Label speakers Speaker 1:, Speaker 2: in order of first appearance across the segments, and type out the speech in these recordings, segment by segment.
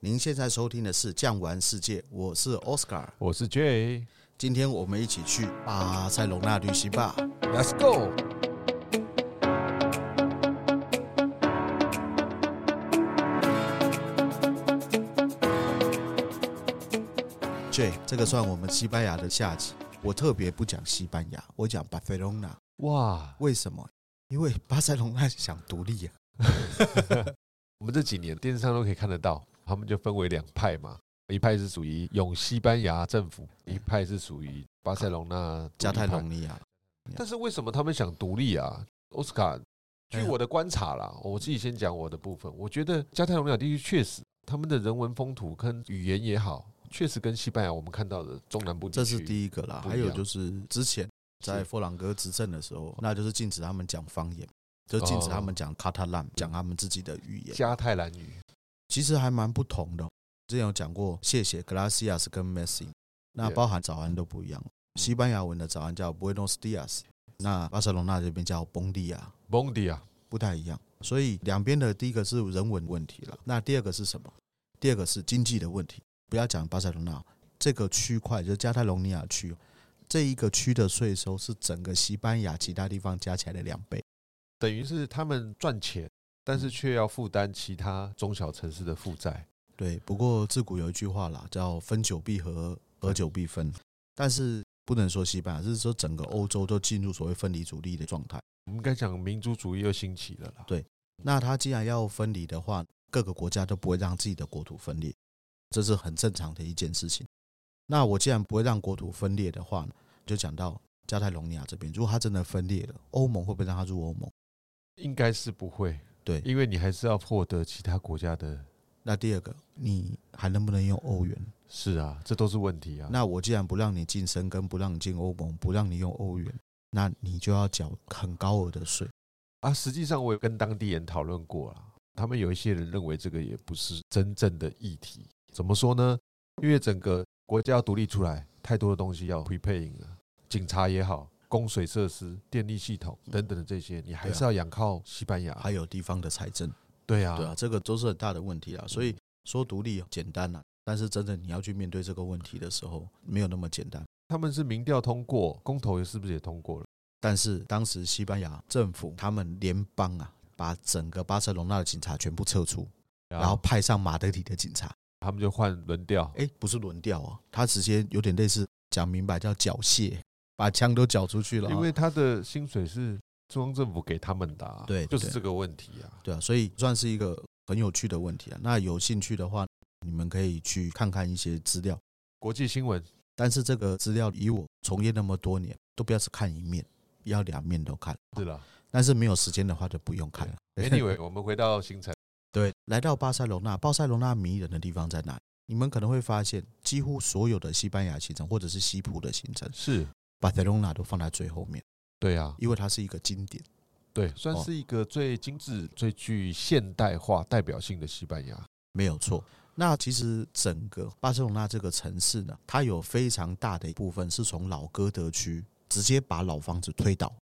Speaker 1: 您现在收听的是《酱玩世界》，我是 Oscar。
Speaker 2: 我是 J，
Speaker 1: 今天我们一起去巴塞隆纳旅行吧。
Speaker 2: l e t s go。
Speaker 1: J，这个算我们西班牙的下集。我特别不讲西班牙，我讲巴塞隆纳。
Speaker 2: 哇，
Speaker 1: 为什么？因为巴塞隆纳想独立啊。
Speaker 2: 我们这几年电视上都可以看得到，他们就分为两派嘛，一派是属于永西班牙政府，一派是属于巴塞隆纳
Speaker 1: 加泰
Speaker 2: 独立派
Speaker 1: 隆尼亚，
Speaker 2: 但是为什么他们想独立啊？奥斯卡，
Speaker 1: 哎
Speaker 2: 据我的观察啦，我自己先讲我的部分，我觉得加泰隆尼亚地区确实他们的人文风土跟语言也好，确实跟西班牙我们看到的中南部地
Speaker 1: 这
Speaker 2: 区
Speaker 1: 是第一个啦。
Speaker 2: 不一
Speaker 1: 还
Speaker 2: 样
Speaker 1: 有就是之前在
Speaker 2: 是
Speaker 1: 佛朗哥执政的时候，那就是禁止他们讲方言，就禁止他们讲卡塔兰，讲他们自己的语言。
Speaker 2: 加泰兰语，
Speaker 1: 其实还蛮不同的。之前有讲过，谢谢 gracias 跟 messing，那
Speaker 2: Yeah
Speaker 1: 包含早安都不一样。西班牙文的早安叫 buenos dias，那巴塞罗那这边叫 bon dia，
Speaker 2: 蒙迪啊，
Speaker 1: 不太一样。所以两边的第一个是人文问题了，那第二个是什么？第二个是经济的问题。不要讲巴塞罗那这个区块，就是加泰隆尼亚区这一个区的税收是整个西班牙其他地方加起来的两倍。
Speaker 2: 等于是他们赚钱，但
Speaker 1: 嗯
Speaker 2: 是却要负担其他中小城市的负债。
Speaker 1: 对，不过自古有一句话啦，叫“分久必合，合久必分”，但是不能说西班牙，是说整个欧洲都进入所谓分离主义的状态。
Speaker 2: 我们应该讲民族主义又兴起了啦。
Speaker 1: 对那它既然要分离的话，各个国家都不会让自己的国土分裂，这是很正常的一件事情。那我既然不会让国土分裂的话，就讲到加泰隆尼亚这边，如果它真的分裂了，欧盟会不会让它入欧盟？
Speaker 2: 应该是不会，
Speaker 1: 对
Speaker 2: 因为你还是要获得其他国家的。
Speaker 1: 那第二个，你还能不能用欧元？
Speaker 2: 是啊，这都是问题啊。
Speaker 1: 那我既然不让你晋升，跟不让你进欧盟，不让你用欧元，那你就要缴很高额的税。
Speaker 2: 啊，实际上我有跟当地人讨论过啦，他们有一些人认为这个也不是真正的议题。怎么说呢？因为整个国家要独立出来，太多的东西要 preparing 了，警察也好，供水设施、电力系统等等的这些，你还是要仰靠西班牙。
Speaker 1: 啊还有地方的财政，
Speaker 2: 对啊，
Speaker 1: 对啊，这个都是很大的问题啦。所以说独立简单啦，但是真正你要去面对这个问题的时候，没有那么简单。
Speaker 2: 他们是民调通过，公投是不是也通过了？
Speaker 1: 但是当时西班牙政府他们联邦啊，把整个巴塞隆纳的警察全部撤出，然
Speaker 2: 啊
Speaker 1: 后派上马德里的警察。
Speaker 2: 他们就换轮调，
Speaker 1: 哎，不是轮调啊，他直接有点类似讲明白叫缴械，把枪都缴出去了啊、
Speaker 2: 因为他的薪水是中央政府给他们的、啊，
Speaker 1: 对
Speaker 2: 就是
Speaker 1: 对
Speaker 2: 这个问题啊。
Speaker 1: 对啊，所以算是一个很有趣的问题啊。那有兴趣的话，你们可以去看看一些资料。
Speaker 2: 国际新闻
Speaker 1: 但是这个资料以我从业那么多年，都不要只看一面，要两面都看。
Speaker 2: 是了。
Speaker 1: 但是没有时间的话就不用看了。
Speaker 2: Anyway，我们回到行程，
Speaker 1: 对，来到巴塞隆纳，巴塞隆纳迷人的地方在哪里？你们可能会发现，几乎所有的西班牙行程或者是西普的行程，
Speaker 2: 是
Speaker 1: 巴塞隆纳都放在最后面，
Speaker 2: 对啊，
Speaker 1: 因为它是一个经典。
Speaker 2: 对，算
Speaker 1: 哦
Speaker 2: 是一个最精致、最具现代化代表性的西班牙。
Speaker 1: 没有错。那其实整个巴塞罗那这个城市呢，它有非常大的一部分是从老哥德区直接把老房子推倒，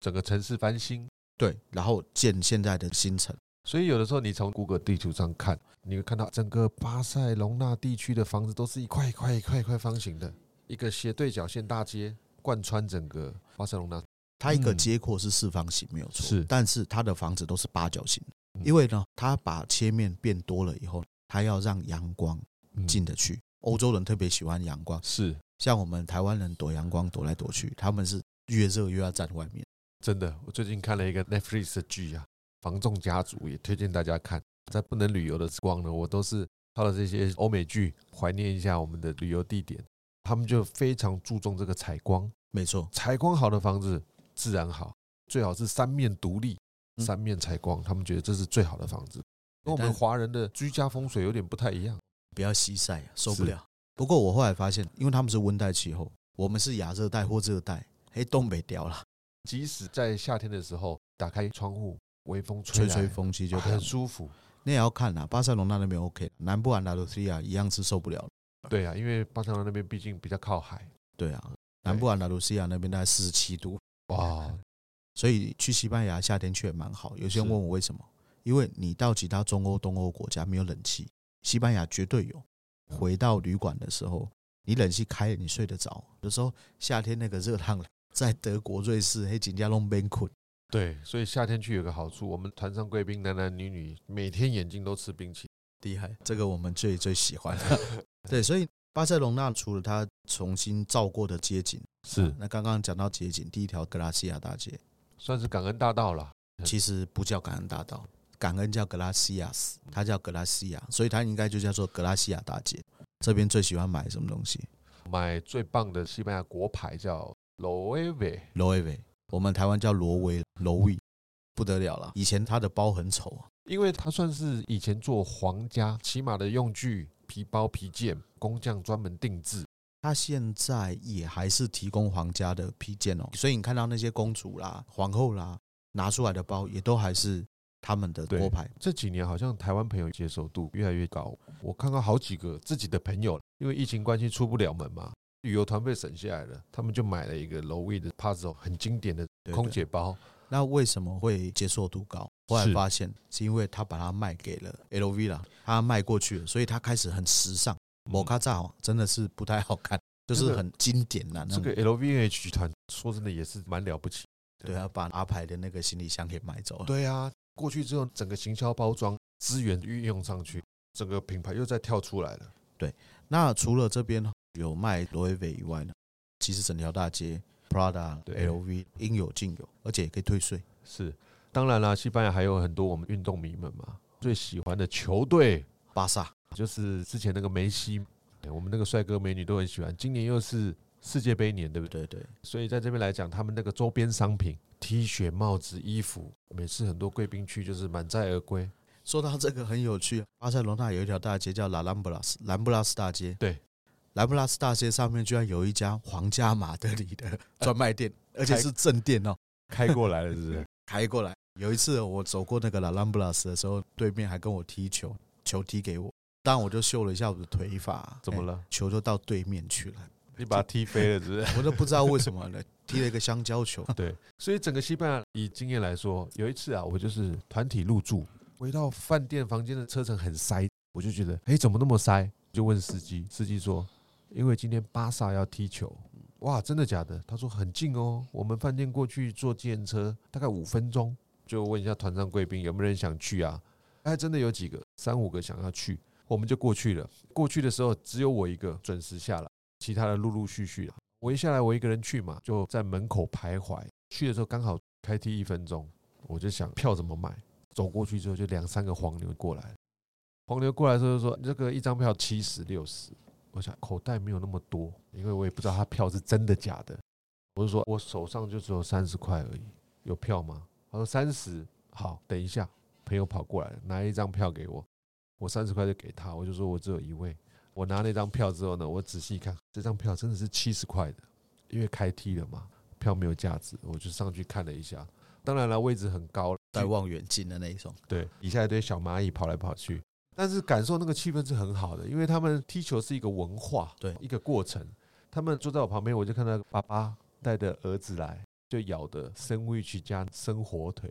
Speaker 2: 整个城市翻新，
Speaker 1: 对，然后建现在的新城。
Speaker 2: 所以有的时候你从 Google 地图上看，你会看到整个巴塞隆纳地区的房子都是一块一块一块一块方形的，一个斜对角线大街贯穿整个巴塞隆纳。
Speaker 1: 它一个
Speaker 2: 嗯
Speaker 1: 街廓是四方形，没有错，
Speaker 2: 是
Speaker 1: 但是它的房子都是八角形的，
Speaker 2: 嗯
Speaker 1: 因为呢，它把切面变多了以后，它要让阳光
Speaker 2: 嗯
Speaker 1: 进得去。欧洲人特别喜欢阳光，
Speaker 2: 是
Speaker 1: 像我们台湾人躲阳光躲来躲去，他们是越热越要站外面。
Speaker 2: 真的，我最近看了一个 Netflix 的剧啊，《房仲家族》，也推荐大家看。在不能旅游的时光呢，我都是靠了这些欧美剧，怀念一下我们的旅游地点。他们就非常注重这个采光，
Speaker 1: 没错，
Speaker 2: 采光好的房子自然好，最好是三面独立、
Speaker 1: 嗯
Speaker 2: 三面采光，他们觉得这是最好的房子。跟我
Speaker 1: 但
Speaker 2: 们华人的居家风水有点不太一样，
Speaker 1: 不要西晒，啊受不
Speaker 2: 是
Speaker 1: 了。不过我后来发现，因为他们是温带气候，我们是亚热带或热带，嘿，东北掉了，
Speaker 2: 即使在夏天的时候，打开窗户，微风吹
Speaker 1: 吹
Speaker 2: 来
Speaker 1: 吹风机就
Speaker 2: 啊
Speaker 1: 不好
Speaker 2: 很。舒服。
Speaker 1: 那也要看啦，巴塞罗那那边 OK，南部安达卢西亚一样是受不了。
Speaker 2: 对啊，因为巴塞罗那边毕竟比较靠海，
Speaker 1: 对啊，南部安达卢西亚那边大概四十七度，
Speaker 2: 哇，
Speaker 1: 所以去西班牙夏天去也蛮好。有些人问我为什么，因为你到其他中欧、东欧国家没有冷气，西班牙绝对有。回到旅馆的时候，你冷气开了，你睡得着。有时候夏天那个热浪在德国、瑞士、黑井加弄边困，
Speaker 2: 对，所以夏天去有个好处，我们团上贵宾男男女女每天眼睛都吃冰淇
Speaker 1: 厉害，这个我们最最喜欢。对，所以巴塞隆纳除了它重新造过的街景，
Speaker 2: 淋，是
Speaker 1: 那刚刚讲到街景，第一条格拉西亚大街，
Speaker 2: 算是感恩大道啦。
Speaker 1: 其实不叫感恩大道，感恩叫格拉西亚斯，它叫格拉西亚，所以它应该就叫做格拉西亚大街。这边最喜欢买什么东西
Speaker 2: 买最棒的西班牙国牌叫 Loewe，
Speaker 1: ？Loewe，我们台湾叫罗威罗威，不得了了。以前它的包很丑啊，
Speaker 2: 因为它算是以前做皇家骑马的用具、皮包、皮件，工匠专门定制。
Speaker 1: 它现在也还是提供皇家的披件哦，所以你看到那些公主啦、皇后啦拿出来的包，也都还是他们的
Speaker 2: 对
Speaker 1: 国牌。
Speaker 2: 这几年好像台湾朋友接受度越来越高，我看到好几个自己的朋友，因为疫情关系出不了门嘛，旅游团费省下来了，他们就买了一个 Loewe 的 puzzle，很经典的
Speaker 1: 对
Speaker 2: 空姐包。
Speaker 1: 那为什么会接受度高？后来
Speaker 2: 是
Speaker 1: 发现是因为他把它卖给了 LV 啦，他卖过去了，所以他开始很时尚。
Speaker 2: 嗯
Speaker 1: 摩卡扎哦真的是不太好看，就是很经典呐、那
Speaker 2: 这
Speaker 1: 种
Speaker 2: 个 LVMH 集团说真的也是蛮了不起。
Speaker 1: 对，他把阿牌的那个行李箱给买走了。
Speaker 2: 对啊，过去之后整个行销包装资源运用上去，整个品牌又再跳出来了。
Speaker 1: 那除了这边有卖罗威伟以外呢，其实整条大街 Prada、
Speaker 2: 对
Speaker 1: LV 应有尽有，而且也可以退税。
Speaker 2: 是，当然啦，西班牙还有很多我们运动迷们嘛，最喜欢的球队
Speaker 1: 巴萨
Speaker 2: 就是之前那个梅西，对我们那个帅哥美女都很喜欢。今年又是世界杯年，对不对？
Speaker 1: 对对，
Speaker 2: 所以在这边来讲，他们那个周边商品、T 恤、帽子、衣服，每次很多贵宾区就是满载而归。
Speaker 1: 说到这个很有趣，巴塞罗那有一条大街叫拉兰布拉斯，兰布拉斯大街。
Speaker 2: 对，
Speaker 1: 兰布拉斯大街上面居然有一家皇家马德里的专卖 店，而且是正店哦，
Speaker 2: 开过来了， 是不是？
Speaker 1: 开过来。有一次我走过那个拉兰布拉斯的时候，对面还跟我踢球，球踢给我，当然我就秀了一下我的腿法，
Speaker 2: 怎么
Speaker 1: 哎？
Speaker 2: 了？
Speaker 1: 球就到对面去了，
Speaker 2: 你把它踢飞了，是不是？
Speaker 1: 我都不知道为什么 呢，踢了一个香蕉球。
Speaker 2: 对，所以整个西班牙以经验来说，有一次啊，我就是团体入住，回到饭店房间的车程很塞，我就觉得，哎，怎么那么塞？就问司机，司机说，因为今天巴萨要踢球。哇，真的假的？他说很近哦，我们饭店过去坐计程车大概五分钟。就问一下团上贵宾有没有人想去啊？哎，真的有几个，三五个想要去，我们就过去了。过去的时候只有我一个准时下来，其他的陆陆续续的我一下来，我一个人去嘛，就在门口徘徊。去的时候刚好开踢一分钟，我就想票怎么买。走过去之后，就两三个黄牛过来，黄牛过来之后就说：“这个一张票七十六十。”我想口袋没有那么多，因为我也不知道他票是真的假的。我就说：“我手上就只有三十块而已，有票吗？”他说：“三十。”好，等一下，朋友跑过来拿一张票给我，我三十块就给他，我就说我只有一位。我拿那张票之后呢，我仔细看，这张票真的是七十块的，因为开踢了嘛，票没有价值，我就上去看了一下。当然了，位置很高，
Speaker 1: 带望远镜的那一 种，
Speaker 2: 对，底下一堆小蚂蚁跑来跑去，但是感受那个气氛是很好的，因为他们踢球是一个文化，
Speaker 1: 对
Speaker 2: 一个过程。他们坐在我旁边，我就看到爸爸带着儿子来，就咬的 sandwich 加生火腿，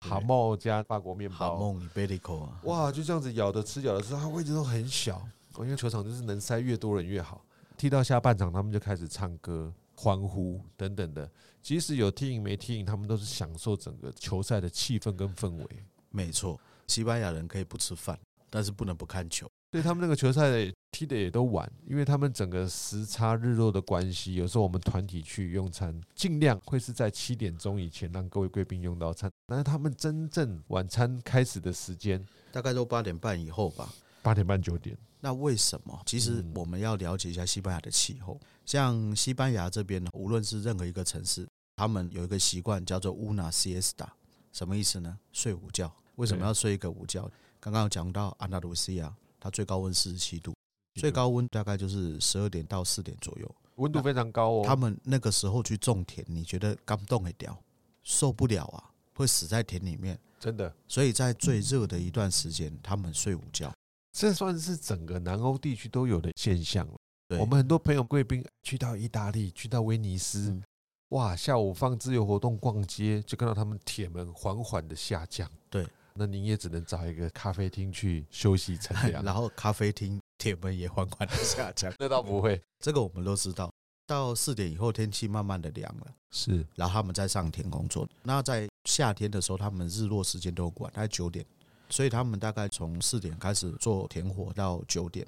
Speaker 1: 对
Speaker 2: 蛤蟆加法国面
Speaker 1: 好
Speaker 2: 包，
Speaker 1: 梦 b e l i c o 啊，
Speaker 2: 哇，就这样子咬的吃咬的吃，它位置都很小。我因为球场就是能塞越多人越好。踢到下半场，他们就开始唱歌、欢呼等等的。即使有踢赢没踢赢，他们都是享受整个球赛的气氛跟氛围。
Speaker 1: 没错，西班牙人可以不吃饭，但是不能不看球。
Speaker 2: 所以他们那个球赛踢的也都晚，因为他们整个时差日落的关系，有时候我们团体去用餐，尽量会是在七点钟以前让各位贵宾用到餐。但是他们真正晚餐开始的时间
Speaker 1: 大概都八点半以后吧。
Speaker 2: 八点半九点，
Speaker 1: 那为什么？其实
Speaker 2: 嗯
Speaker 1: 我们要了解一下西班牙的气候。像西班牙这边呢，无论是任何一个城市，他们有一个习惯叫做 una siesta，什么意思呢？睡午觉。为什么
Speaker 2: 对
Speaker 1: 要睡一个午觉？刚刚有讲到安达卢西亚，它最高温四十七度，最高温大概就是十二点到四点左右。
Speaker 2: 温度非常高哦。
Speaker 1: 他们那个时候去种田，你觉得感动得掉，受不了啊，会死在田里面。
Speaker 2: 真的，
Speaker 1: 所以在最热的一段时间，他们睡午觉。
Speaker 2: 这算是整个南欧地区都有的现象了。
Speaker 1: 对
Speaker 2: 我们很多朋友贵宾去到意大利，去到威尼斯，
Speaker 1: 嗯
Speaker 2: 哇，下午放自由活动逛街，就看到他们铁门缓缓的下降。
Speaker 1: 对，
Speaker 2: 那您也只能找一个咖啡厅去休息乘 凉。，
Speaker 1: 然后咖啡厅铁门也缓缓的下降
Speaker 2: 那倒不会，
Speaker 1: 这个我们都知道。到四点以后，天气慢慢的凉了，
Speaker 2: 是
Speaker 1: 然后他们在上田工作。那在夏天的时候，他们日落时间都很晚，大概九点，所以他们大概从四点开始做田活到九点，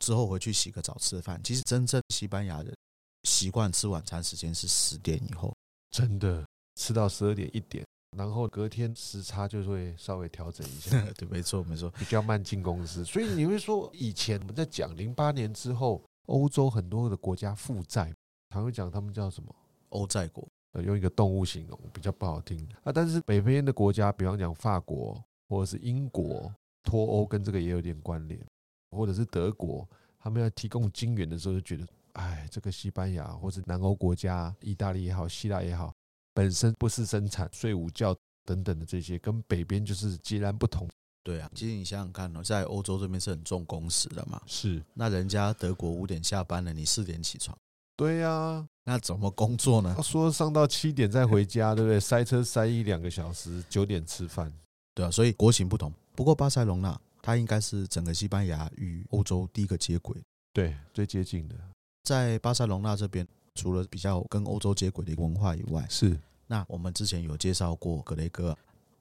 Speaker 1: 之后回去洗个澡吃饭。其实真正西班牙人习惯吃晚餐时间是十点以后，
Speaker 2: 真的吃到十二点一点，然后隔天时差就会稍微调整一 下，
Speaker 1: 对，没错，没错，
Speaker 2: 比较慢进公司。所以你会说，以前我们在讲零八年之后，欧洲很多的国家负债，常会讲他们叫什么？
Speaker 1: 欧债国。
Speaker 2: 呃，用一个动物形容比较不好听啊。但是北非的国家，比方讲法国或者是英国脱欧，跟这个也有点关联，或者是德国，他们要提供金援的时候就觉得，哎，这个西班牙或是南欧国家，意大利也好，希腊也好，本身不是生产睡午觉等等的这些，跟北边就是截然不同。
Speaker 1: 对啊，其实你想想看哦，在欧洲这边是很重工时的嘛，
Speaker 2: 是
Speaker 1: 那人家德国五点下班了，你四点起床，
Speaker 2: 对呀、
Speaker 1: 那怎么工作呢
Speaker 2: 他？说上到七点再回家，对不对？塞车塞一两个小时，九点吃饭。
Speaker 1: 对啊，所以国情不同。不过巴塞隆纳它应该是整个西班牙与欧洲第一个接轨。
Speaker 2: 对，最接近的
Speaker 1: 在巴塞隆纳这边，除了比较跟欧洲接轨的一个文化以外，
Speaker 2: 是
Speaker 1: 那我们之前有介绍过格雷戈尔。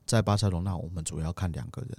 Speaker 1: 在巴塞隆纳，我们主要看两个人，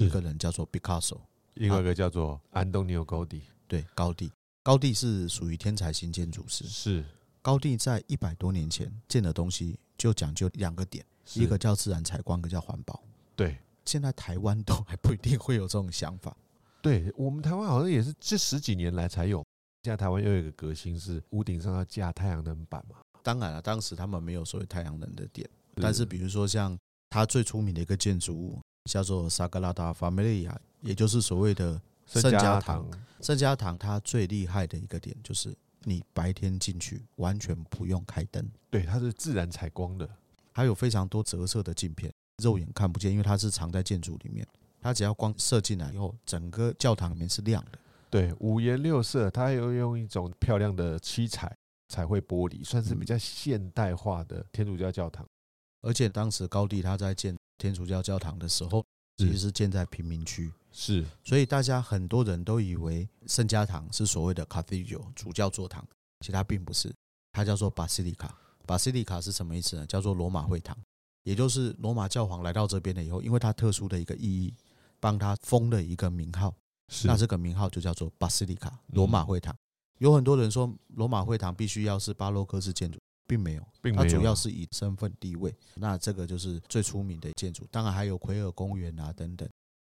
Speaker 1: 一个人叫做 Picasso，
Speaker 2: 另外一个叫做
Speaker 1: 啊
Speaker 2: 安东尼奥·高迪，
Speaker 1: 对，高地。高地是属于天才型建筑师。
Speaker 2: 是
Speaker 1: 高地在一百多年前建的东西，就讲究两个点，一个叫自然采光，一个叫环保。
Speaker 2: 对
Speaker 1: 现在台湾都还不一定会有这种想法。
Speaker 2: 对，我们台湾好像也是这十几年来才有。现在台湾又有一个革新是屋顶上要架太阳能板嘛，
Speaker 1: 当然了，当时他们没有所谓太阳能的点，但是比如说像它最出名的一个建筑物叫做萨格拉达·法梅利亚，也就是所谓的
Speaker 2: 圣
Speaker 1: 家
Speaker 2: 家
Speaker 1: 堂。圣家堂，它最厉害的一个点就是你白天进去完全不用开灯，
Speaker 2: 对，它是自然采光的，
Speaker 1: 还有非常多折射的镜片，肉眼看不见，因为它是藏在建筑里面。它只要光射进来以后，整个教堂里面是亮的。
Speaker 2: 对，五颜六色，它又用一种漂亮的七彩彩绘玻璃，算
Speaker 1: 嗯
Speaker 2: 是比较现代化的天主教教堂。
Speaker 1: 而且当时高地他在建天主教教堂的时候，
Speaker 2: 是
Speaker 1: 其实是建在贫民区，
Speaker 2: 是
Speaker 1: 所以大家很多人都以为圣家堂是所谓的 cathedral 主教座堂，其实它并不是，它叫做 basilica。basilica 是什么意思呢？叫做罗马会堂，也就是罗马教皇来到这边了以后，因为它特殊的一个意义，帮他封了一个名号，
Speaker 2: 是嗯
Speaker 1: 那这个名号就叫做 basilica 罗马会堂。有很多人说罗马会堂必须要是巴洛克式建筑，并没有，
Speaker 2: 并
Speaker 1: 它
Speaker 2: 没有
Speaker 1: 主要是以身份地位。那这个就是最出名的建筑，当然还有奎尔公园啊等等。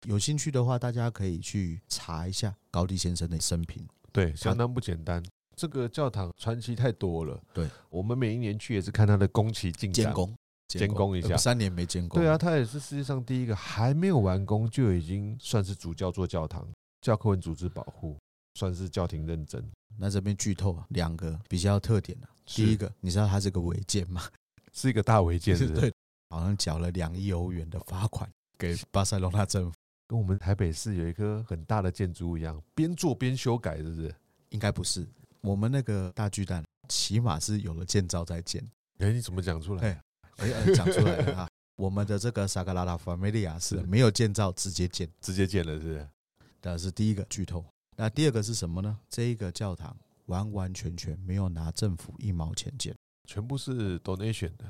Speaker 1: 有兴趣的话，大家可以去查一下高地先生的生平。
Speaker 2: 对，相当不简单。这个教堂传奇太多了，
Speaker 1: 对
Speaker 2: 我们每一年去也是看它的宫崎进
Speaker 1: 监
Speaker 2: 展。
Speaker 1: 工，
Speaker 2: 监工一下
Speaker 1: 呃三年没监工。
Speaker 2: 对啊，，它也是世界上第一个还没有完工就已经算是主教做教堂，教科文组织保护，算是教廷认证。
Speaker 1: 那这边剧透啊，两个比较特点啊。
Speaker 2: 是
Speaker 1: 第一个，你知道它是个违建吗？
Speaker 2: 是一个大违 建，是不 是
Speaker 1: 对，好像缴了两亿欧元的罚款给巴塞罗那政府，
Speaker 2: 跟我们台北市有一棵很大的建筑物一样，边做边修改，是不是？
Speaker 1: 应该不是。我们那个大巨蛋起码是有了建造在建，
Speaker 2: 哎，你怎么讲出来？
Speaker 1: 哎哎，呃讲出来了啊。我们的这个萨格拉拉法梅利 亚是
Speaker 2: 是
Speaker 1: 没有建造直接建，
Speaker 2: 直接建了，是不是？
Speaker 1: 这是第一个剧透。那第二个是什么呢？这一个教堂完完全全没有拿政府一毛钱建。
Speaker 2: 全部是 donation 的，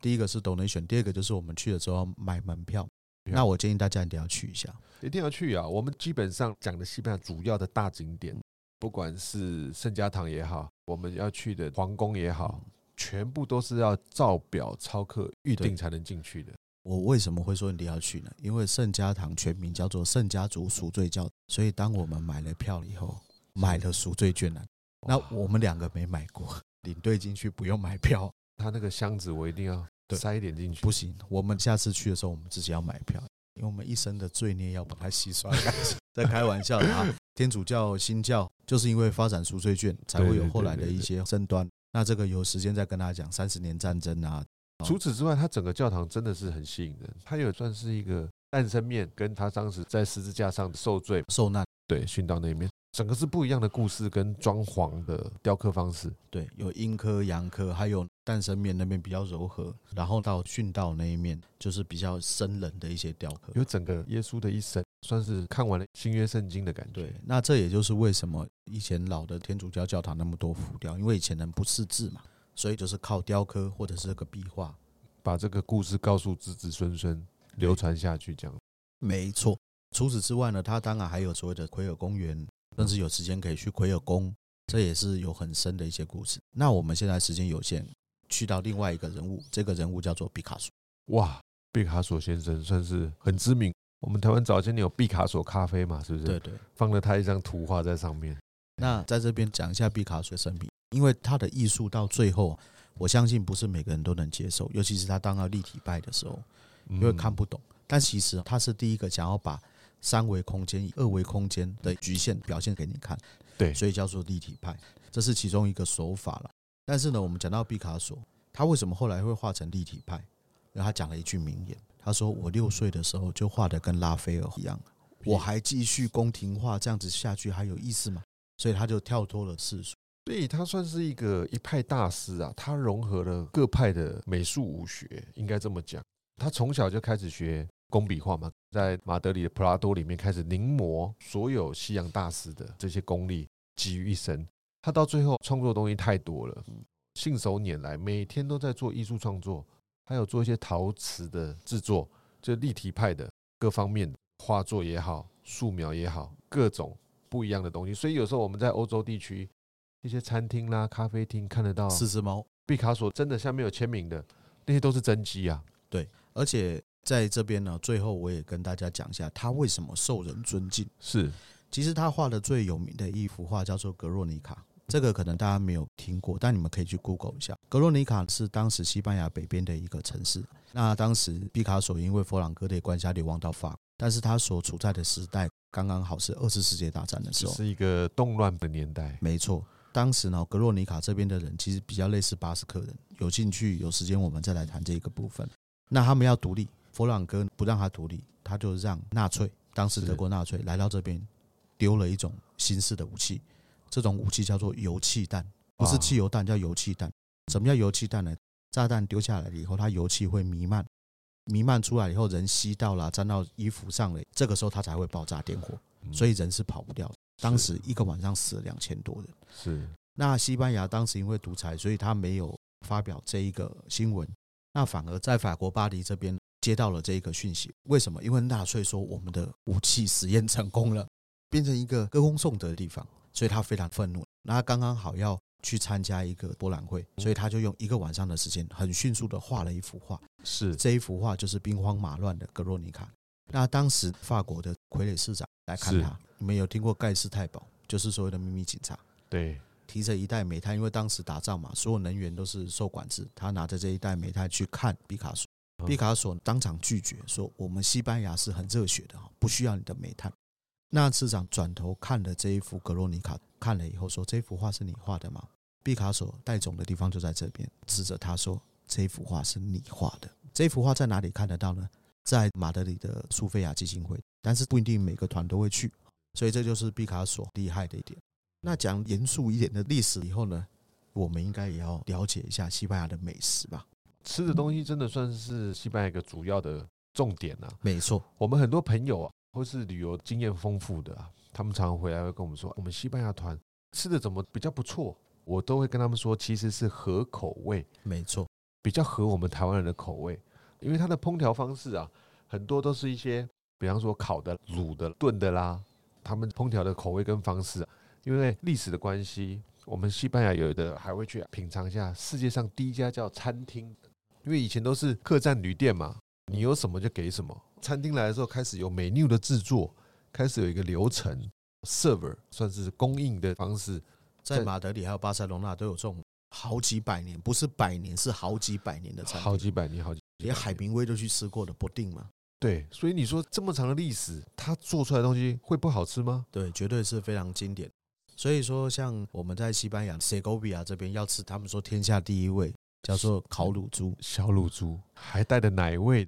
Speaker 1: 第一个是 donation，第二个就是我们去的时候要买门票。
Speaker 2: 票
Speaker 1: 那我建议大家一定要去一下。
Speaker 2: 一定要去啊！我们基本上讲的西班牙主要的大景点，不管是圣家堂也好，我们要去的皇宫也好，全部都是要照表操课预定
Speaker 1: 对
Speaker 2: 才能进去的。
Speaker 1: 我为什么会说一定要去呢？因为圣家堂全名叫做圣家族赎罪教，所以当我们买了票以后，买了赎罪券了。啊那
Speaker 2: 哇
Speaker 1: 我们两个没买过，领队进去不用买票，
Speaker 2: 他那个箱子我一定要
Speaker 1: 对
Speaker 2: 塞一点进去，
Speaker 1: 不行。我们下次去的时候，我们自己要买票，因为我们一生的罪孽要把它洗刷干净。在开玩笑的啊，天主教、新教就是因为发展赎罪券，才会有后来的一些争端。那这个有时间再跟大家讲三十年战争啊，
Speaker 2: 除此之外，它整个教堂真的是很吸引人，它也算是一个诞生面，跟他当时在十字架上受罪，
Speaker 1: 受难。
Speaker 2: 对，殉道那一面。整个是不一样的故事跟装潢的雕刻方式。
Speaker 1: 对，有阴科、阳科，还有诞生面那边比较柔和，然后到殉道那一面就是比较生冷的一些雕刻。
Speaker 2: 有整个耶稣的一生，算是看完了新约圣经的感觉。
Speaker 1: 对，那这也就是为什么以前老的天主教教堂那么多浮雕，因为以前人不识字嘛，所以就是靠雕刻或者是个壁画。
Speaker 2: 把这个故事告诉子子孙孙，流传下去，这样
Speaker 1: 没错。除此之外呢，它当然还有所谓的奎尔公园，甚至有时间可以去奎尔宫，这也是有很深的一些故事。那我们现在时间有限，去到另外一个人物，这个人物叫做毕卡索。
Speaker 2: 哇，毕卡索先生算是很知名。我们台湾早些年有毕卡索咖啡嘛，是不是？
Speaker 1: 对，对。
Speaker 2: 放了他一张图画在上面。
Speaker 1: 那在这边讲一下毕卡索的生平，因为他的艺术到最后，我相信不是每个人都能接受，尤其是他当到立体派的时候，
Speaker 2: 因
Speaker 1: 因为看不懂。但其实他是第一个想要把三维空间、二维空间的局限表现给你看，
Speaker 2: 对
Speaker 1: 所以叫做立体派，这是其中一个手法了。但是呢，我们讲到毕卡索，他为什么后来会画成立体派？因为他讲了一句名言，他说：“我六岁的时候就画的跟拉斐尔一样，我还继续宫廷画，这样子下去还有意思吗？”所以他就跳脱了世俗。
Speaker 2: 所以他算是一个一派大师啊，他融合了各派的美术武学，应该这么讲。他从小就开始学工笔画嘛，在马德里的普拉多里面开始临摹所有西洋大师的这些功力，集于一身。他到最后创作的东西太多了，信手拈来，每天都在做艺术创作，还有做一些陶瓷的制作，就立体派的各方面的画作也好，素描也好，各种不一样的东西。所以有时候我们在欧洲地区一些餐厅啦、咖啡厅看得到
Speaker 1: 四只猫，
Speaker 2: 毕卡索真的下面有签名的，那些都是真迹啊。
Speaker 1: 而且在这边呢，最后我也跟大家讲一下他为什么受人尊敬。
Speaker 2: 是
Speaker 1: 其实他画的最有名的一幅画叫做《格洛尼卡》，这个可能大家没有听过，但你们可以去 Google 一下。格洛尼卡是当时西班牙北边的一个城市。那当时毕卡索因为佛朗哥的关系他流亡到法国，但是他所处在的时代刚刚好是二次世界大战的时
Speaker 2: 只
Speaker 1: 候。
Speaker 2: 是一个动乱的年代，
Speaker 1: 没错，当时呢，格洛尼卡这边的人其实比较类似巴斯克人。有兴趣有时间我们再来谈这个部分。那他们要独立，佛朗哥不让他独立，他就让纳粹，当时
Speaker 2: 是
Speaker 1: 德国纳粹来到这边，丢了一种新式的武器，这种武器叫做油气弹，不是
Speaker 2: 哇
Speaker 1: 汽油弹，叫油气弹。什么叫油气弹呢？炸弹丢下来了以后，它油气会弥漫，弥漫出来以后，人吸到了，沾到衣服上了，这个时候它才会爆炸点火，
Speaker 2: 嗯
Speaker 1: 所以人是跑不掉的。当
Speaker 2: 是
Speaker 1: 时一个晚上死了两千多人。
Speaker 2: 是
Speaker 1: 那西班牙当时因为独裁，所以他没有发表这一个新闻，那反而在法国巴黎这边接到了这一个讯息。为什么？因为纳粹说我们的武器实验成功了，变成一个歌功颂德的地方，所以他非常愤怒。那他刚刚好要去参加一个博览会，所以他就用一个晚上的时间，很迅速的画了一幅画。
Speaker 2: 是
Speaker 1: 这一幅画就是兵荒马乱的格洛尼卡。那当时法国的傀儡市长来看
Speaker 2: 是
Speaker 1: 他，你们有听过盖世太保，就是所谓的秘密警察。
Speaker 2: 对
Speaker 1: 提着一袋煤炭，因为当时打仗嘛，所有能源都是受管制。他拿着这一袋煤炭去看毕卡索，
Speaker 2: 嗯
Speaker 1: 毕卡索当场拒绝说：“我们西班牙是很热血的，不需要你的煤炭。”那市长转头看了这一幅格罗尼卡，看了以后说：“这幅画是你画的吗？”毕卡索带种的地方就在这边，指着他说：“这幅画是你画的。”这幅画在哪里看得到呢？在马德里的苏菲亚基金会，但是不一定每个团都会去，所以这就是毕卡索厉害的一点。那讲严肃一点的历史以后呢，我们应该也要了解一下西班牙的美食吧？
Speaker 2: 吃的东西真的算是西班牙一个主要的重点啊。
Speaker 1: 没错，
Speaker 2: 我们很多朋友啊，或是旅游经验丰富的啊，他们常常回来会跟我们说，我们西班牙团吃的怎么比较不错，我都会跟他们说，其实是合口味。
Speaker 1: 没错，
Speaker 2: 比较合我们台湾人的口味，因为它的烹调方式啊，很多都是一些，比方说烤的、卤的、炖的啦，他们烹调的口味跟方式啊、因为历史的关系，我们西班牙有的还会去品尝一下世界上第一家叫餐厅，因为以前都是客栈旅店嘛，你有什么就给什么。餐厅来的时候，开始有 menu 的制作，开始有一个流程，server 算是供应的方式，
Speaker 1: 在
Speaker 2: 在
Speaker 1: 马德里还有巴塞罗那都有这种好几百年，不是百年，是好几百年的餐
Speaker 2: 好
Speaker 1: 厅，
Speaker 2: 几百年，好几
Speaker 1: 连海明威都去吃过的不定嘛。
Speaker 2: 对，所以你说这么长的历史，它做出来的东西会不好吃吗？
Speaker 1: 对，绝对是非常经典。所以说，像我们在西班牙 Segovia 这边要吃，他们说天下第一位叫做烤乳猪。
Speaker 2: 小卤猪还带着奶味，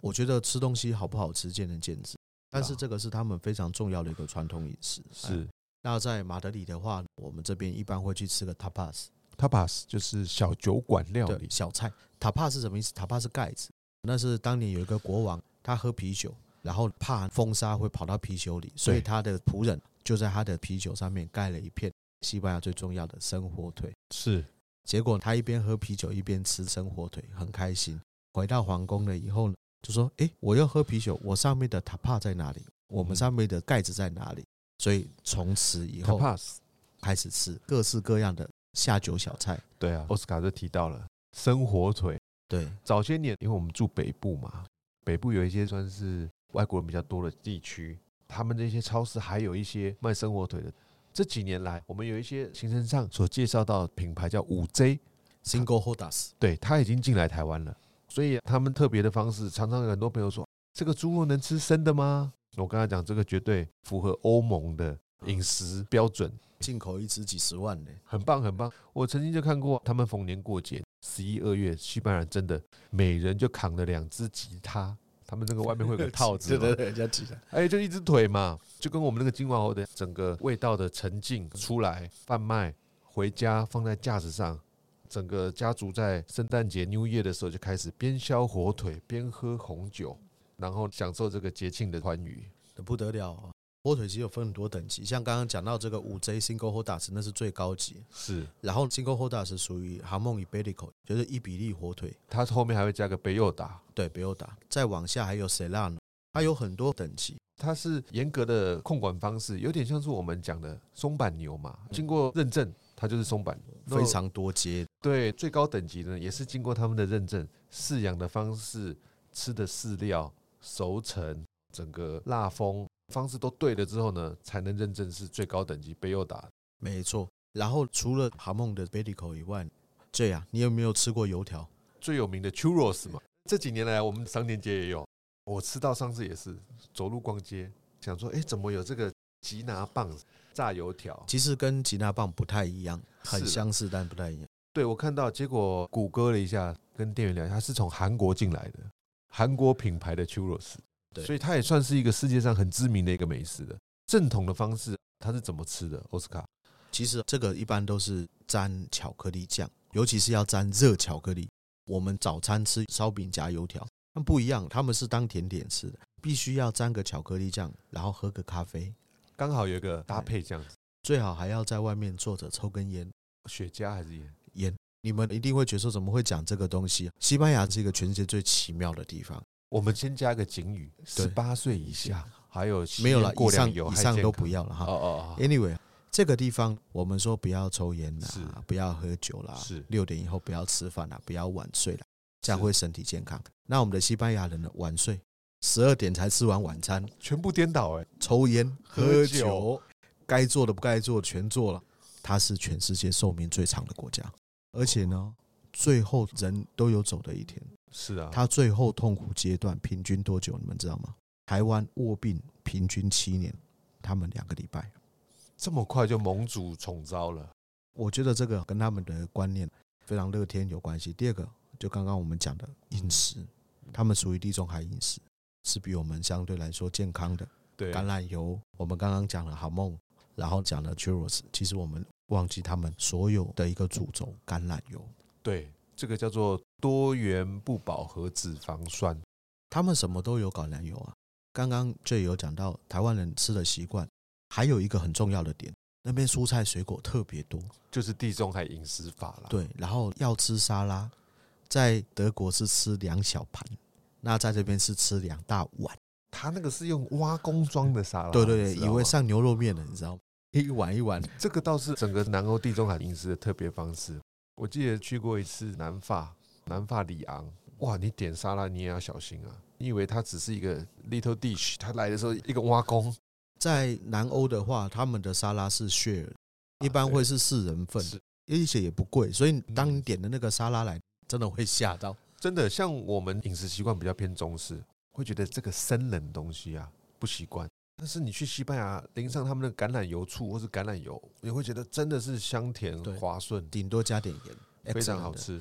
Speaker 1: 我觉得吃东西好不好吃见仁见智，但是
Speaker 2: 啊
Speaker 1: 这个是他们非常重要的一个传统饮食。哎
Speaker 2: 是
Speaker 1: 那在马德里的话，我们这边一般会去吃个 tapas，
Speaker 2: tapas 就是小酒馆料
Speaker 1: 对，
Speaker 2: 理，
Speaker 1: 小菜。塔帕是什么意思？塔帕是盖子，那是当年有一个国王，他喝啤酒，然后怕风沙会跑到啤酒里，所以他的仆人就在他的啤酒上面盖了一片西班牙最重要的生火腿。
Speaker 2: 是
Speaker 1: 结果他一边喝啤酒一边吃生火腿，很开心。回到皇宫了以后呢，就说：“诶，我要喝啤酒，我上面的塔帕在哪里？我
Speaker 2: 嗯
Speaker 1: 们上面的盖子在哪里？”所以从此以后
Speaker 2: tapas。
Speaker 1: 开始吃各式各样的下酒小菜。
Speaker 2: 对啊，奥斯卡就提到了生火腿。
Speaker 1: 对，
Speaker 2: 早些年，因为我们住北部嘛，北部有一些算是外国人比较多的地区，他们这些超市还有一些卖生火腿的。这几年来，我们有一些行程上所介绍到的品牌叫五 J，
Speaker 1: ，single hodas。
Speaker 2: 对，它已经进来台湾了。所以他们特别的方式，常常有很多朋友说：“这个猪肉能吃生的吗？”我刚才讲，这个绝对符合欧盟的饮食标准，
Speaker 1: 进口一只几十万呢、
Speaker 2: 很棒很棒。我曾经就看过他们逢年过节，十一二月，西班牙人真的每人就扛了两只吉他，他们那个外面会 有个套子嘛，
Speaker 1: 对，人家挤的。
Speaker 2: 哎，就一只腿嘛，就跟我们那个金华侯的整个味道的沉浸出来，贩卖回家放在架子上。整个家族在圣诞节、New Year 的时候就开始边削火腿边喝红酒，然后享受这个节庆的欢愉。
Speaker 1: 不得了啊！火腿其实有分很多等级，像刚刚讲到这个五 J Single Hodas 那是最高级，
Speaker 2: 是，
Speaker 1: 然后 Single Hodas 属于 Hamon Iberico，就是伊比利火腿，
Speaker 2: 它后面还会加个北柚达，
Speaker 1: 对，北欧打。再往下还有 Serrano，它有很多等级，
Speaker 2: 它是严格的控管方式，有点像是我们讲的松板牛嘛，经过认证，它就是松板牛，那
Speaker 1: 非常多阶。
Speaker 2: 对最高等级呢，也是经过他们的认证，饲养的方式、吃的饲料、熟成、整个蜡封方式都对了之后呢，才能认证是最高等级贝柚达。
Speaker 1: 没错。然后除了 Hamon 的 Iberico 以外，这样你有没有吃过油条？
Speaker 2: 最有名的 churros 嘛，这几年来我们商店街也有，我吃到上次也是走路逛街，想说哎，诶怎么有这个吉拿棒炸油条？
Speaker 1: 其实跟吉拿棒不太一样，
Speaker 2: 是啊
Speaker 1: 很
Speaker 2: 的
Speaker 1: 相似但不太一样。
Speaker 2: 对我看到，结果谷歌了一下，跟店员聊，他是从韩国进来的，韩国品牌的 churros，
Speaker 1: 对
Speaker 2: 所以它也算是一个世界上很知名的一个美食的正统的方式。它是怎么吃的？奥斯卡
Speaker 1: 其实这个一般都是沾巧克力酱，尤其是要沾热巧克力。我们早餐吃烧饼夹油条，那不一样，他们是当甜点吃的，必须要沾个巧克力酱，然后喝个咖啡，
Speaker 2: 刚好有一个搭配，这样子，
Speaker 1: 最好还要在外面坐着抽根烟。
Speaker 2: 雪茄还是烟？
Speaker 1: 烟，你们一定会觉得说怎么会讲这个东西？啊西班牙是一个全世界最奇妙的地方，
Speaker 2: 我们先加一个警语：
Speaker 1: 对
Speaker 2: 十八岁以下，还有吸
Speaker 1: 没有了
Speaker 2: 烟，
Speaker 1: 以
Speaker 2: 过
Speaker 1: 上
Speaker 2: 量有
Speaker 1: 以
Speaker 2: 害
Speaker 1: 上
Speaker 2: 健
Speaker 1: 都
Speaker 2: 康
Speaker 1: 不要啊了哈。
Speaker 2: 哦哦哦，
Speaker 1: Anyway，这个地方我们说不要抽烟
Speaker 2: 是
Speaker 1: 啦，不要喝酒啦，
Speaker 2: 是
Speaker 1: 六点以后不要吃饭啦，不要晚睡啦，这样
Speaker 2: 是
Speaker 1: 会身体健康。那我们的西班牙人呢，晚睡，十二点才吃完晚餐，
Speaker 2: 全部颠倒哎、
Speaker 1: 抽烟
Speaker 2: 喝
Speaker 1: 喝
Speaker 2: 酒
Speaker 1: 酒，该做的不该做的全做了。它是全世界寿命最长的国家，而且呢，最后人都有走的一天。
Speaker 2: 是啊，
Speaker 1: 它最后痛苦阶段平均多久？你们知道吗？台湾卧病平均七年，他们两个礼拜。
Speaker 2: 这么快就盟主宠招了，
Speaker 1: 我觉得这个跟他们的观念非常乐天有关系。第二个，就刚刚我们讲的饮食，他们属于地中海饮食，是比我们相对来说健康的。
Speaker 2: 对，
Speaker 1: 橄榄油，我们刚刚讲了好梦，然后讲了 churros，其实我们忘记他们所有的一个主轴——橄榄油。
Speaker 2: 对，这个叫做多元不饱和脂肪酸。
Speaker 1: 他们什么都有橄榄油啊。刚刚这有讲到台湾人吃的习惯，还有一个很重要的点，那边蔬菜水果特别多。
Speaker 2: 就是地中海饮食法了。，
Speaker 1: 对，然后要吃沙拉，在德国是吃两小盘，那在这边是吃两大碗。
Speaker 2: 他那个是用挖工装的沙拉，
Speaker 1: 对对
Speaker 2: 你知
Speaker 1: 对，以
Speaker 2: 道吗
Speaker 1: 为上牛肉面了，你知道 吗？一碗一碗，
Speaker 2: 这个倒是整个南欧地中海饮食的特别方式。我记得去过一次南法，南法里昂，哇，你点沙拉你也要小心啊！你以为它只是一个 little dish，它来的时候一个挖工，
Speaker 1: 在南欧的话，他们的沙拉是 share，一般会是四人份，
Speaker 2: 啊是
Speaker 1: 而且也不贵，所以当你
Speaker 2: 嗯
Speaker 1: 点的那个沙拉来，真的会吓到。
Speaker 2: 真的像我们饮食习惯比较偏中式，会觉得这个生冷东西啊不习惯。但是你去西班牙淋上他们的橄榄油醋或是橄榄油，你会觉得真的是香甜
Speaker 1: 对
Speaker 2: 滑顺。
Speaker 1: 顶多加点盐，
Speaker 2: 非常
Speaker 1: excellent
Speaker 2: 好
Speaker 1: 的。
Speaker 2: 吃。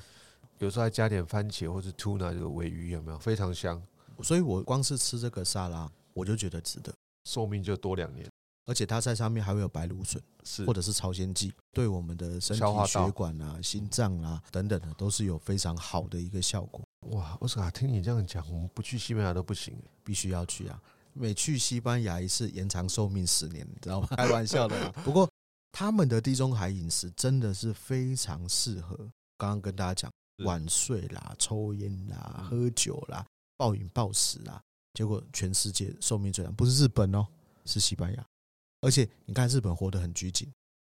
Speaker 2: 有时候还加点番茄或是 tuna 这个尾鱼，有没有？非常香，
Speaker 1: 所以我光是吃这个沙拉，我就觉得值得。
Speaker 2: 寿命就多两年。
Speaker 1: 而且它在上面还会有白芦笋
Speaker 2: 是
Speaker 1: 或者是朝鲜蓟，对我们的身
Speaker 2: 消化
Speaker 1: 体
Speaker 2: 道
Speaker 1: 血管啊、心脏啊等等的都是有非常好的一个效果，
Speaker 2: 哇，奥斯卡，听你这样讲，我们不去西班牙都不行欸。
Speaker 1: 必须要去啊！每去西班牙一次，延长寿命十年，你知道吗？开玩笑的啦。不过他们的地中海饮食真的是非常适合，刚刚跟大家讲
Speaker 2: 是
Speaker 1: 晚睡啦、抽烟啦、喝酒啦、暴饮暴食啦，结果全世界寿命最长不是日本哦，是西班牙。而且你看日本活得很拘谨，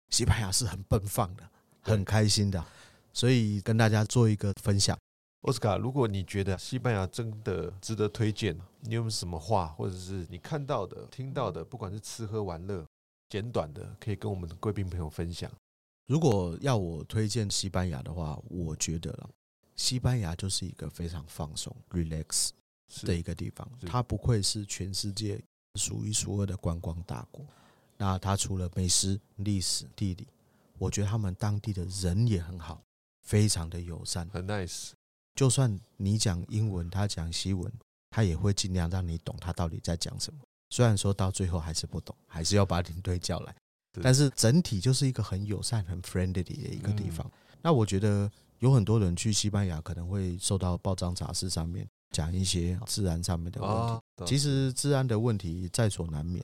Speaker 1: 西班牙是很奔放的，
Speaker 2: 对
Speaker 1: 很开心的，所以跟大家做一个分享。
Speaker 2: 奥斯卡，如果你觉得西班牙真的值得推荐，你有没有什么话，或者是你看到的、听到的，不管是吃喝玩乐，简短的，可以跟我们的贵宾朋友分享？
Speaker 1: 如果要我推荐西班牙的话，我觉得啦西班牙就是一个非常放松、relax
Speaker 2: 是
Speaker 1: 的一个地方
Speaker 2: 是。
Speaker 1: 它不愧是全世界数一数二的观光大国。那它除了美食、历史、地理，我觉得他们当地的人也很好，非常的友善。
Speaker 2: 很 nice，
Speaker 1: 就算你讲英文，他讲西文，他也会尽量让你懂他到底在讲什么。虽然说到最后还是不懂，还是要把领队叫来，
Speaker 2: 对
Speaker 1: 但是整体就是一个很友善、很 friendly 的一个地方。那我觉得有很多人去西班牙可能会受到报章杂志上面讲一些治安上面的问题。
Speaker 2: 啊，懂
Speaker 1: 其实治安的问题在所难免，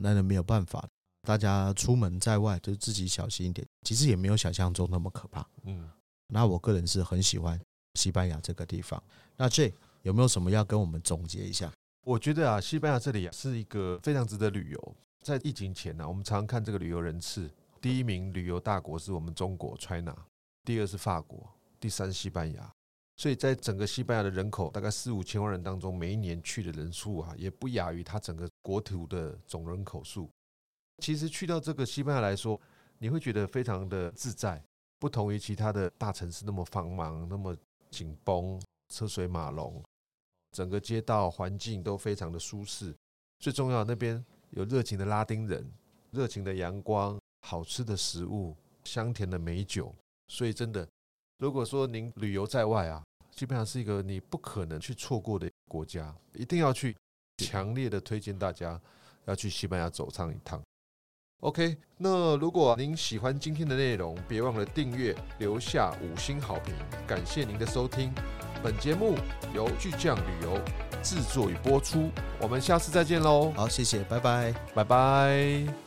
Speaker 1: 那人没有办法。大家出门在外就自己小心一点，其实也没有想象中那么可怕。
Speaker 2: 嗯，
Speaker 1: 那我个人是很喜欢西班牙这个地方。那 J 有没有什么要跟我们总结一下？
Speaker 2: 我觉得啊，西班牙这里啊是一个非常值得旅游。在疫情前呢、啊我们常看这个旅游人次，第一名旅游大国是我们中国 China，第二是法国，第三西班牙。所以在整个西班牙的人口大概四五千万人当中，每一年去的人数啊，也不亚于它整个国土的总人口数。其实去到这个西班牙来说，你会觉得非常的自在，不同于其他的大城市那么繁忙、那么紧绷、车水马龙。整个街道环境都非常的舒适。最重要，那边有热情的拉丁人，热情的阳光，好吃的食物，香甜的美酒。所以真的，如果说您旅游在外啊，基本上是一个你不可能去错过的国家，一定要去。强烈的推荐大家要去西班牙走上一趟。OK，那如果您喜欢今天的内容，别忘了订阅、留下五星好评。感谢您的收听，本节目由巨匠旅游制作与播出。我们下次再见喽，
Speaker 1: 好，谢谢，拜拜。
Speaker 2: 拜拜。